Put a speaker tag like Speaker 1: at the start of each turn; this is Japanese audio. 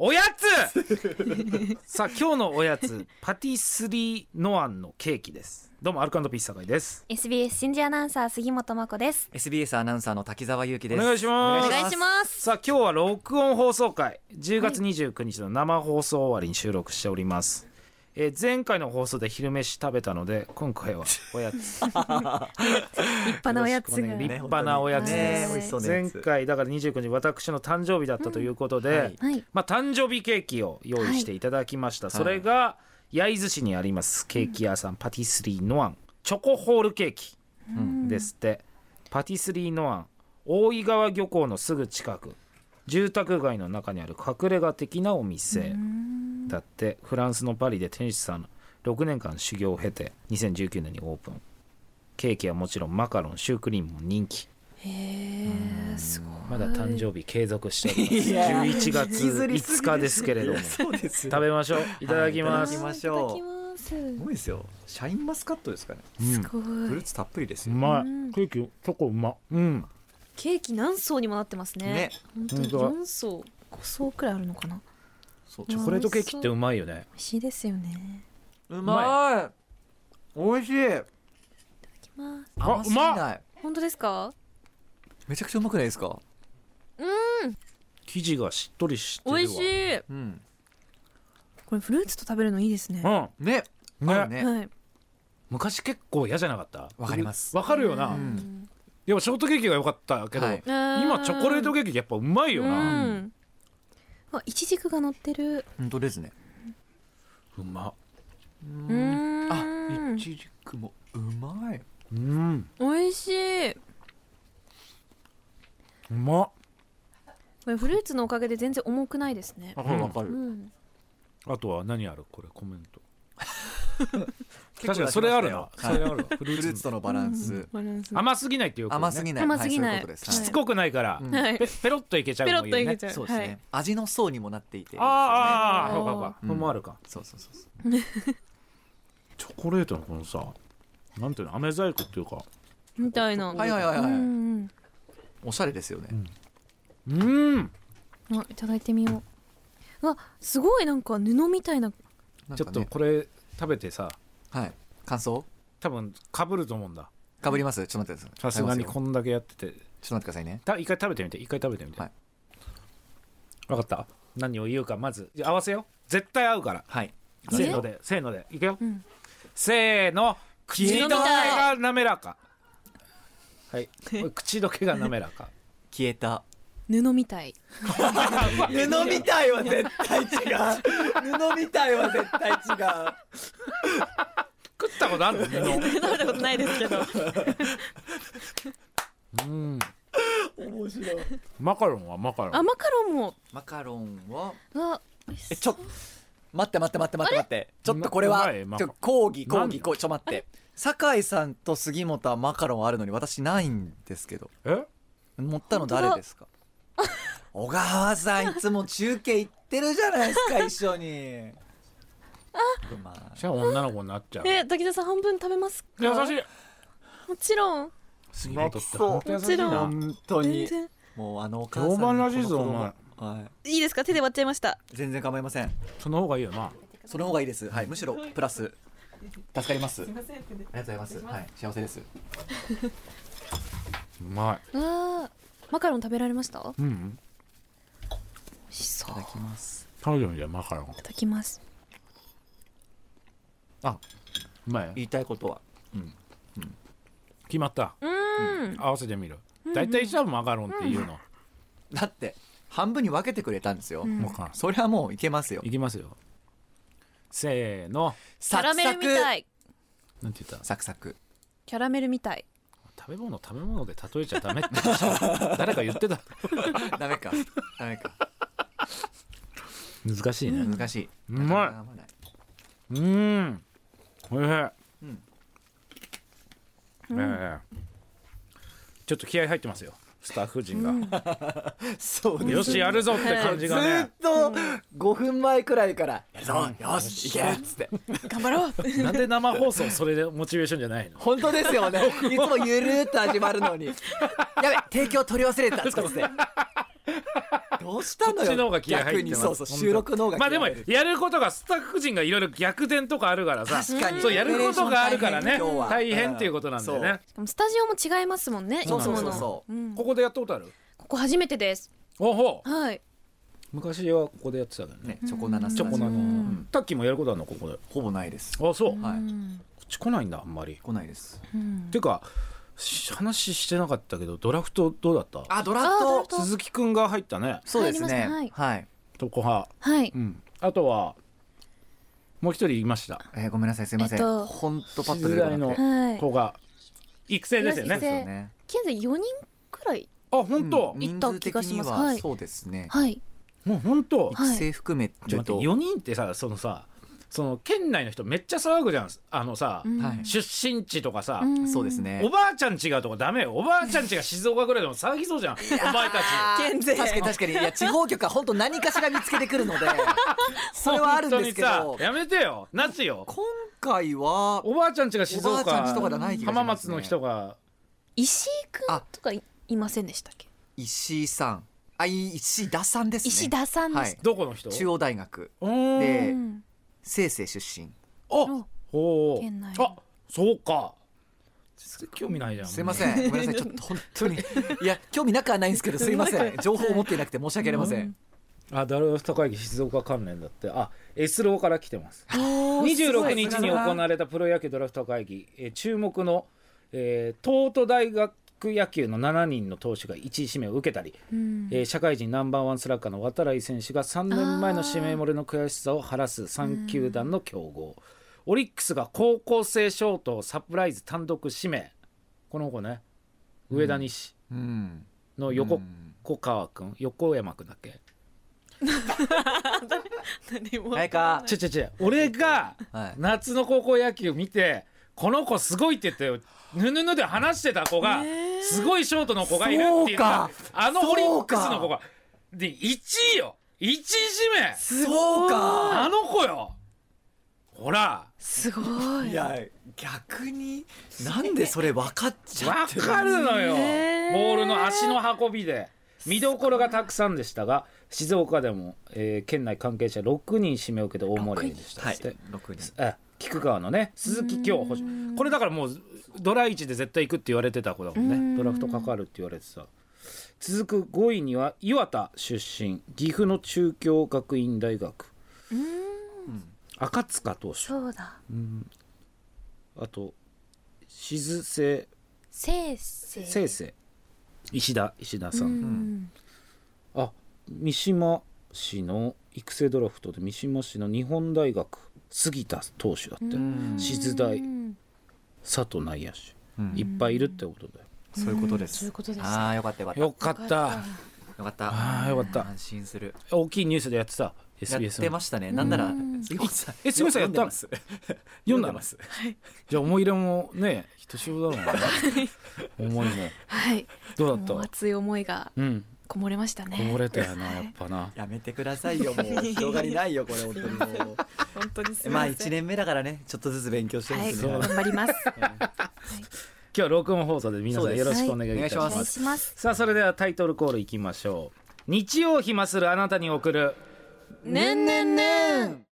Speaker 1: さあ今日のおやつパティスリーノアンのケーキですどうもアルカンドピース酒井です
Speaker 2: SBS 新人アナウンサー杉本真子です。
Speaker 3: SBS アナウンサーの滝沢祐希
Speaker 1: お
Speaker 3: です
Speaker 1: 願いしま
Speaker 2: お
Speaker 1: す
Speaker 2: 願いします。
Speaker 1: さあ今日は録音放送回10月29日の生放送終わりに収録しております、えー前回の放送で昼飯食べたので今回 はおやつ立
Speaker 2: 立派なおやつが。
Speaker 1: 立派なおやつで
Speaker 3: ね
Speaker 1: す、
Speaker 3: 美味しそうなや
Speaker 1: 前
Speaker 3: つ
Speaker 1: 回だから29日私の誕生日だったということで、
Speaker 3: うんはい
Speaker 2: はい。
Speaker 1: まあ、誕生日ケーキを用意していただきました、それが焼津市にありますケーキ屋さん、パティスリーノアンチョコホールケーキ
Speaker 3: うん
Speaker 1: ですって、パティスリーノアン大井川漁港のすぐ近く住宅街の中にある隠れ家的なお店だってフランスのパリで店主さん6年間修行を経て2019年にオープンケーキはもちろんマカロンシュークリームも人気
Speaker 2: えー、すごい。
Speaker 1: まだ誕生日継続してお
Speaker 3: いや
Speaker 1: ります11
Speaker 3: 引
Speaker 1: 月
Speaker 3: きずり
Speaker 1: 5
Speaker 3: すぎで
Speaker 1: 日ですけれども
Speaker 3: そうですよ
Speaker 1: 食べましょういただきま
Speaker 3: 行
Speaker 1: す、
Speaker 3: きましょう
Speaker 2: いただきます。
Speaker 3: すごいですよシャインマスカットですかね
Speaker 2: す
Speaker 3: フ
Speaker 2: ご
Speaker 3: ル
Speaker 2: い
Speaker 3: ー。ツたっぷりです
Speaker 1: う
Speaker 3: よ
Speaker 1: まい
Speaker 2: うん
Speaker 1: ケーキチョコうまうん
Speaker 2: ケーキ何層にもなってますね。
Speaker 3: ね
Speaker 2: 本当に
Speaker 1: 本当だ
Speaker 2: 四層、五層くらいあるのかな。美
Speaker 3: そう
Speaker 2: チョ
Speaker 1: チョコレートケーキってうまいよね
Speaker 2: 味しいですよね。
Speaker 3: う
Speaker 1: ま
Speaker 3: まい美味しい
Speaker 2: いただきます。
Speaker 1: あ
Speaker 3: 甘すぎ
Speaker 1: うま
Speaker 3: ない
Speaker 2: 本当ですか？
Speaker 3: めちゃくちゃうまくないですか
Speaker 1: 生地がしっとりしてる
Speaker 2: 美
Speaker 1: わ
Speaker 2: 味し
Speaker 1: い
Speaker 2: い。
Speaker 3: うん
Speaker 2: これフルーツと食べるのいいですね。
Speaker 1: う
Speaker 2: は
Speaker 1: ん
Speaker 3: ね
Speaker 1: ね
Speaker 3: あるね
Speaker 2: い。
Speaker 1: 昔結構嫌じゃなかった
Speaker 3: わかります
Speaker 1: わかるよな、
Speaker 3: うん
Speaker 1: でもショートケーキが良かったけど、
Speaker 3: はい
Speaker 1: 今チョコレート
Speaker 2: ケ
Speaker 1: ケーキやっぱうまいよな、
Speaker 2: な。あ、いちじくが乗ってる。
Speaker 3: 本当ですね
Speaker 1: うま
Speaker 3: う
Speaker 2: う
Speaker 3: ーんあ
Speaker 2: ん
Speaker 3: い。ちじくもうまい
Speaker 1: うん
Speaker 2: 美味しい。
Speaker 1: うま
Speaker 2: これフルーツのおかげで全然重くないですね。
Speaker 3: わ
Speaker 1: かるわか
Speaker 2: う、ん。
Speaker 1: あとは何あるこれコメント確かにそれあるな、
Speaker 3: 結
Speaker 1: そ
Speaker 3: 構出しましたよ
Speaker 1: れあるわフ
Speaker 3: フル
Speaker 1: ルーツの
Speaker 3: ーツとのバランス
Speaker 2: バランス。
Speaker 1: 甘すぎないってよく、ね、
Speaker 3: 甘すぎない
Speaker 2: 甘すぎない
Speaker 3: はそううことです
Speaker 1: しつこくないから、
Speaker 3: うん
Speaker 2: はい。
Speaker 1: ペペロッといけちゃうのもいいよね
Speaker 2: ペロッといけちゃ
Speaker 3: そうです
Speaker 2: はい
Speaker 3: ね味の層にもなっていて
Speaker 1: あーあー
Speaker 2: そうです
Speaker 1: そう
Speaker 2: ね
Speaker 1: かそうか
Speaker 3: うん
Speaker 1: これもあるか、
Speaker 3: そうそうそうそう
Speaker 1: チョコレートのこのさなんていうの飴細工っていうか
Speaker 2: みたいな。
Speaker 3: はいはいはい
Speaker 2: うん
Speaker 3: はい
Speaker 2: うん。
Speaker 3: おしゃれですよね
Speaker 1: うん
Speaker 2: あ、いただいてみよう。うわ、すごいなんか布みたいな。
Speaker 3: なん
Speaker 1: ち
Speaker 3: か
Speaker 1: ょっ
Speaker 3: ね
Speaker 1: とこれ食べてさ
Speaker 3: はい感想
Speaker 1: 多分かぶると思うんだ
Speaker 3: かぶりますちょっと待ってくださ
Speaker 1: さす
Speaker 3: い
Speaker 1: がに
Speaker 3: 買いますよ
Speaker 1: こんだけやってて
Speaker 3: ちょっと待ってくださいね
Speaker 1: た一回食べてみて一回食べてみて、
Speaker 3: はい
Speaker 1: 分かった何を言うかまず合わせよ絶対合うから
Speaker 3: はい
Speaker 2: え
Speaker 1: せーのでせーのでいくよ、
Speaker 2: うん
Speaker 1: せーの口どけが滑らかはいこれ口どけが滑らか
Speaker 3: 消えた
Speaker 2: 布みたい。
Speaker 3: 布みたいは絶対違う 布みたいは絶対違う
Speaker 1: 食ったことある の
Speaker 2: 食べたことないですけ ど。
Speaker 1: うん
Speaker 3: 面白い
Speaker 1: マカロンはマカロン
Speaker 2: あ、マカロンも。
Speaker 3: マカロンは
Speaker 2: うわ、美味し
Speaker 3: えちょ待って待って待って待って待ってちょっとこれ
Speaker 1: う
Speaker 3: は
Speaker 1: まいマ
Speaker 3: ち
Speaker 1: カロン
Speaker 3: ょ講義講
Speaker 1: なんで
Speaker 3: 義こうちょ待って酒井さんと杉本はマカロンあるのに私ないんですけど
Speaker 1: え
Speaker 3: 持ったの誰ですか小川さんいつも中継行ってるじゃないですか一緒にまあ
Speaker 1: じゃあ女の子になっちゃう
Speaker 2: え、滝沢さん半分食べますか。
Speaker 1: 優しい
Speaker 2: もちろん。
Speaker 1: 杉本って本当優しい
Speaker 2: もちろ
Speaker 1: な
Speaker 3: 本当
Speaker 2: 全
Speaker 3: に
Speaker 2: 然。
Speaker 3: もうあのお母さんの
Speaker 1: 評判らしいぞ
Speaker 3: この子供はい
Speaker 2: いいですか手で割っちゃいました。
Speaker 3: 全然構いません
Speaker 1: その方がいいよな
Speaker 3: その方がいいです。はい、むしろプラス。助かります。ありがとうございます。はい、幸せです。
Speaker 1: うま
Speaker 2: うわマカロン食べられました
Speaker 1: いうん
Speaker 2: 美味しそう。
Speaker 3: い
Speaker 2: い
Speaker 3: ただきます。
Speaker 1: 彼女みたいマカロン
Speaker 2: ただきます。
Speaker 1: うまい
Speaker 3: 言いたいことは。
Speaker 1: 決まった
Speaker 2: うん。
Speaker 1: 合わせてみる大体じゃあマカロンっていうの
Speaker 3: だって、半分に分けてくれたんですよ。
Speaker 1: マカロン
Speaker 3: それはもういけますよ
Speaker 1: い。きますよせーの
Speaker 2: キャラメルみた
Speaker 3: い。
Speaker 2: い。
Speaker 1: なんて言った
Speaker 3: サクサク。
Speaker 2: キャラメルみたい。
Speaker 1: 食べ物食べ物で例えちゃダメって誰か言ってた
Speaker 3: ダメか。ダメか。
Speaker 1: 難しいね
Speaker 3: 難しい。
Speaker 1: うまいうんおいしい
Speaker 3: うん
Speaker 1: ええちょっと気合入ってますよスタッフ陣が
Speaker 3: い。そう
Speaker 1: よしやるぞって感じ
Speaker 3: ず
Speaker 1: が
Speaker 3: ーっ
Speaker 1: ね
Speaker 3: と5分前くらいから「やるぞよしいけ!」っつって
Speaker 2: 頑張ろう。
Speaker 1: なんで生放送それでモチベーションじゃないの
Speaker 3: 本当です よねいつもゆるーっと始まるのに「やべ提供取り忘れた」っつってどうしたの
Speaker 1: こっちの方が
Speaker 3: よ
Speaker 1: 気合入って
Speaker 3: 逆
Speaker 1: ます
Speaker 3: にそうそ
Speaker 1: 本
Speaker 3: う
Speaker 1: 当
Speaker 3: 収録の方が
Speaker 1: まあでも
Speaker 3: 気合入る
Speaker 1: やることがスタッフ陣がいろいろ逆転とかあるからさ
Speaker 3: 確かに
Speaker 1: そうやることがあるからね
Speaker 3: 今日は
Speaker 1: 大変っていうことなんだよ
Speaker 3: そう
Speaker 1: ね
Speaker 2: しかもスタジオも違いますもんねいつもの
Speaker 1: そうそうそう
Speaker 3: そ
Speaker 2: ん
Speaker 1: こ
Speaker 2: こ
Speaker 1: こでやったことある
Speaker 2: こ初めてです
Speaker 1: おほ
Speaker 2: はい
Speaker 1: 昔はここでやってたけどね
Speaker 3: ね、チョコナナス
Speaker 1: チョコナナ
Speaker 2: うん
Speaker 1: タッキーもやることあるのここで
Speaker 3: ほぼないです
Speaker 1: あそう、
Speaker 2: う
Speaker 1: こ
Speaker 3: はい
Speaker 2: ん
Speaker 1: っち来ないんだあんまり
Speaker 3: 来ないです
Speaker 2: うん
Speaker 1: ていうかし話してなかったけどドラフトどうだった
Speaker 3: あドラ
Speaker 2: あドラ
Speaker 3: フ
Speaker 2: フ
Speaker 3: ト
Speaker 2: ト
Speaker 1: 鈴木くんが入ったね
Speaker 3: そうですね
Speaker 2: 入りまし
Speaker 3: はい
Speaker 1: 床派
Speaker 2: はい
Speaker 1: うんあとはもう一人いました
Speaker 3: えーごめんなさいすいません
Speaker 2: えっと
Speaker 3: 本当パッと出てこなくて
Speaker 1: 知り合
Speaker 2: はい
Speaker 1: 子が育成ですよ
Speaker 3: そ
Speaker 1: ね
Speaker 3: う
Speaker 2: 育
Speaker 3: ですよね
Speaker 2: 現在4人くらい
Speaker 1: あ本当、
Speaker 3: う
Speaker 2: 行
Speaker 3: ん人
Speaker 2: った
Speaker 3: 数的に
Speaker 2: 気がしますは
Speaker 3: はいそうですね
Speaker 2: はい
Speaker 1: もう本当
Speaker 2: はい
Speaker 3: 育成含め
Speaker 1: ち
Speaker 3: ち
Speaker 1: ょ
Speaker 3: ょ
Speaker 1: っ
Speaker 3: っ
Speaker 1: と
Speaker 3: と
Speaker 1: 4人ってさそのさその県内の人めっちゃ騒ぐじゃんあのさ、
Speaker 2: うん
Speaker 3: はい
Speaker 1: 出身地とかさ、
Speaker 2: ん
Speaker 3: そうですね
Speaker 1: おばあちゃんちがとかダメよおばあちゃんちが静岡ぐらいでも騒ぎそうじゃんお前たち
Speaker 2: 健全
Speaker 3: 確かに確かにいや地方局は本当何かしら見つけてくる のでそれはあるんですけ
Speaker 1: 本当
Speaker 3: ど
Speaker 1: にさやめてよなしよ
Speaker 3: 今回は
Speaker 1: おばあちゃんちが静
Speaker 3: おば
Speaker 1: 岡
Speaker 3: あちゃんちとかじゃない気がしますね
Speaker 1: 浜松の人が
Speaker 2: 石井くん
Speaker 3: あ
Speaker 2: とかいいませんでしたっけ
Speaker 3: 石井さんあい石田さんですね
Speaker 2: 石田さんで
Speaker 3: はい
Speaker 2: す
Speaker 1: どこの人
Speaker 3: 中央大学
Speaker 1: うーん
Speaker 3: で
Speaker 2: うん
Speaker 3: 清生出身
Speaker 1: あ
Speaker 2: お
Speaker 1: ほう
Speaker 2: 県内
Speaker 1: あそうか全然興味ないじゃん
Speaker 3: すいま
Speaker 1: ん
Speaker 3: せんごめんなさいちょっと本当にいや興味なくはないんですけどすいま せん情報を持っていなくて申し訳ありません
Speaker 1: あダルフ高木静岡関連だってあエスローから来てます26
Speaker 3: 26
Speaker 1: 日に行われたプロ野球ドラフト会議、えー注目の、えー東都大学野球の7人の投手が1位指名を受けたり、
Speaker 2: うん
Speaker 1: えー社会人ナンバーワンスラッガーの渡来選手が3年前の指名漏れの悔しさを晴らす3球団の強豪、オリックスが高校生ショートをサプライズ単独指名この子ね上田西
Speaker 3: うん
Speaker 1: の横、
Speaker 3: うん
Speaker 1: 小川君横山君だっけ
Speaker 2: 何も
Speaker 3: 誰か
Speaker 1: ちょちょちょ俺が
Speaker 3: はい
Speaker 1: 夏の高校野球見てこの子すごいって言ってぬぬぬで話してた子がすごいショートの子がいるって言った
Speaker 3: そう
Speaker 1: あのオリックスの
Speaker 3: そ
Speaker 1: 子
Speaker 3: う
Speaker 1: がで1位よ1位指名
Speaker 3: そうか
Speaker 1: あの子よほら
Speaker 2: すごい
Speaker 3: いや逆になん でそれ分かっちゃ
Speaker 1: わ
Speaker 3: って
Speaker 1: かるのよ
Speaker 2: ね
Speaker 1: ボールの足の運びで見どころがたくさんでしたが静岡でも、えー県内関係者6人指名を受けて大盛りでした
Speaker 3: はい
Speaker 1: そして
Speaker 3: 六人
Speaker 1: あ菊川のね鈴木京捕手これだからもうドラ1で絶対行くって言われてた子だも
Speaker 2: うん
Speaker 1: ね
Speaker 2: ん
Speaker 1: ドラフトかかるって言われてた続く5位には岩田出身岐阜の中京学院大学赤塚投手
Speaker 2: そうだ
Speaker 1: あと静瀬
Speaker 2: せいせい
Speaker 1: 清瀬石田石田さ、
Speaker 2: うんん
Speaker 1: あ三島市の育成ドラフトで三島市の日本大学杉田投手だって静大
Speaker 2: うん
Speaker 1: 佐藤内野手
Speaker 3: うん
Speaker 1: いっぱいいるってことだよ
Speaker 3: そういうことです
Speaker 2: そういうことです
Speaker 3: ああよかったよかった
Speaker 1: よかった
Speaker 3: よかった
Speaker 1: あーよかった
Speaker 3: 安心する
Speaker 1: 大きいニュースでやってた
Speaker 3: や
Speaker 1: SBS
Speaker 3: ってましたねなんなら杉本さん
Speaker 1: え杉本さんやった
Speaker 3: 読んでます
Speaker 1: 読んだの
Speaker 3: 読ます
Speaker 1: じゃあ思い入れもねひとしおだもんね思いも
Speaker 2: はい
Speaker 1: どうだ
Speaker 2: もう
Speaker 1: った
Speaker 2: 熱い思いが
Speaker 1: うん
Speaker 2: こもれましたね
Speaker 1: こぼれたよなやっぱな
Speaker 3: やめてくださいよもう広がりないよこれ本当にも
Speaker 2: 本当にす
Speaker 3: う
Speaker 2: い
Speaker 3: まあ
Speaker 2: せん
Speaker 3: 一年目だからねちょっとずつ勉強してま
Speaker 2: はい
Speaker 3: すね、
Speaker 2: 頑
Speaker 3: はい
Speaker 2: 張ります
Speaker 1: 今日録音放送で皆さんよろしくお願いいたし
Speaker 3: は
Speaker 1: ま
Speaker 2: お
Speaker 3: い
Speaker 1: す
Speaker 2: 願いします
Speaker 1: さあそれではタイトルコールいきましょう日曜暇するあなたに送る
Speaker 2: ねんねんねん